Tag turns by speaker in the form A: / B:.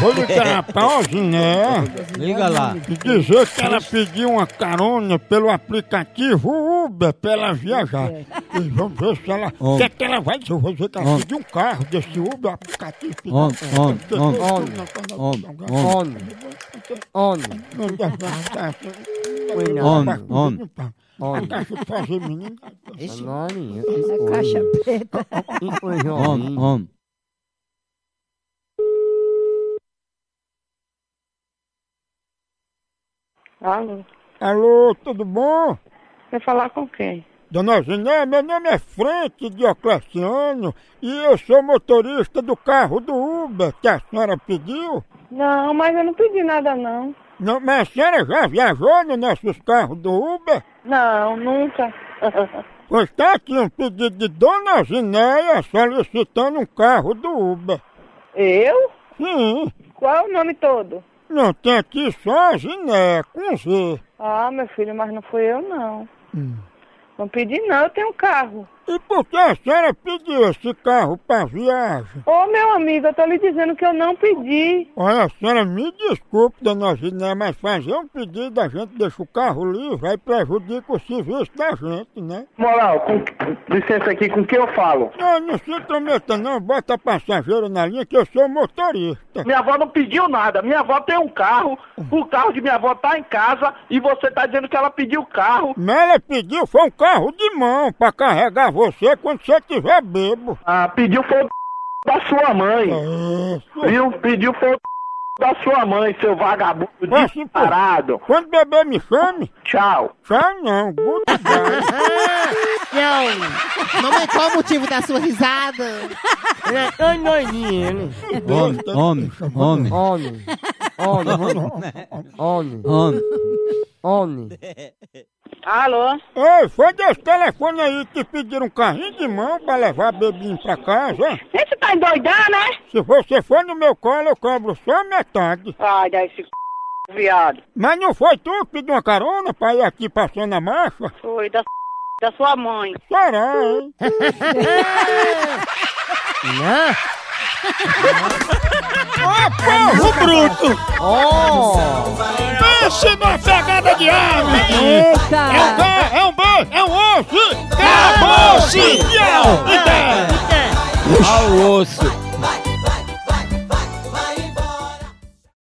A: Vou ligar a Pausiné
B: Liga lá.
A: e dizer que ela pediu uma carona pelo aplicativo Uber pra ela viajar. E vamos ver se ela. O que é que ela vai dizer? Eu vou dizer que ela
B: Homem.
A: pediu um carro desse Uber, o aplicativo. pediu-
B: Homem, homem,
A: Porque
B: homem,
A: todo
B: homem,
A: mundo-
B: homem.
C: On.
A: Não dá pra-
B: Homem, homem.
A: A caixa de fazer menino.
C: Nome.
D: A caixa preta.
B: Homem, homem.
E: Alô?
A: Alô, tudo bom?
E: Quer falar com quem?
A: Dona Ziné, meu nome é Frente Diocleciano e eu sou motorista do carro do Uber que a senhora pediu.
E: Não, mas eu não pedi nada, não.
A: Não, mas a senhora já viajou nos nossos carros do Uber?
E: Não, nunca.
A: Pois está aqui um pedido de Dona Zinéia solicitando um carro do Uber.
E: eu?
A: Sim,
E: Qual é o nome todo?
A: não tem aqui só a Ziné, com Z.
E: Ah, meu filho, mas não fui eu, não.
A: Hum.
E: Não pedi, não. Eu tenho um carro.
A: E por que a senhora pediu esse carro para viagem?
E: Ô, meu amigo, eu tô lhe dizendo que eu não pedi.
A: Olha, senhora, me desculpe, dona Ziné, mas fazer um pedido, a gente deixa o carro livre, aí prejudica o serviço da gente, né?
F: Moral, com, licença aqui, com quem eu falo?
A: Não, não se intrometa não, bota passageiro na linha que eu sou motorista.
F: Minha avó não pediu nada. Minha avó tem um carro, o carro de minha avó tá em casa e você tá dizendo que ela pediu o carro.
A: Mas ela pediu, foi um carro de mão pra carregar você quando você tiver bebo. É
F: Ah, pediu foi o da sua mãe,
A: Isso.
F: viu? Pediu foi o da sua mãe, seu vagabundo
A: Vai se for-
F: disparado.
A: Quando beber me chame,
F: Tchau.
A: chame não, goodbye.
G: Não me qual o motivo da sua risada?
C: Ele é tão doidinho, ele.
B: Homem, homem, homem.
C: Homem. Homem. Homem.
B: Homem.
C: Homem.
E: Alô?
A: Ei, foi desse telefone aí que pediram um carrinho de mão pra levar bebinho pra casa.
E: Você tá endoidando, né?
A: Se você for no meu colo, eu cobro só metade.
E: Ai, dá esse c... viado.
A: Mas não foi tu que pediu uma carona pra ir aqui passando a marcha?
E: Foi da, da sua mãe.
A: Será, hein?
C: Né?
A: Porro Ah, bruto!
C: Oh!
A: Pense numa pegada de ave! É um
D: Eita!
A: pé, é um boi, é um osso! Acabou-se! Tchau! E tchau!
B: Ao osso.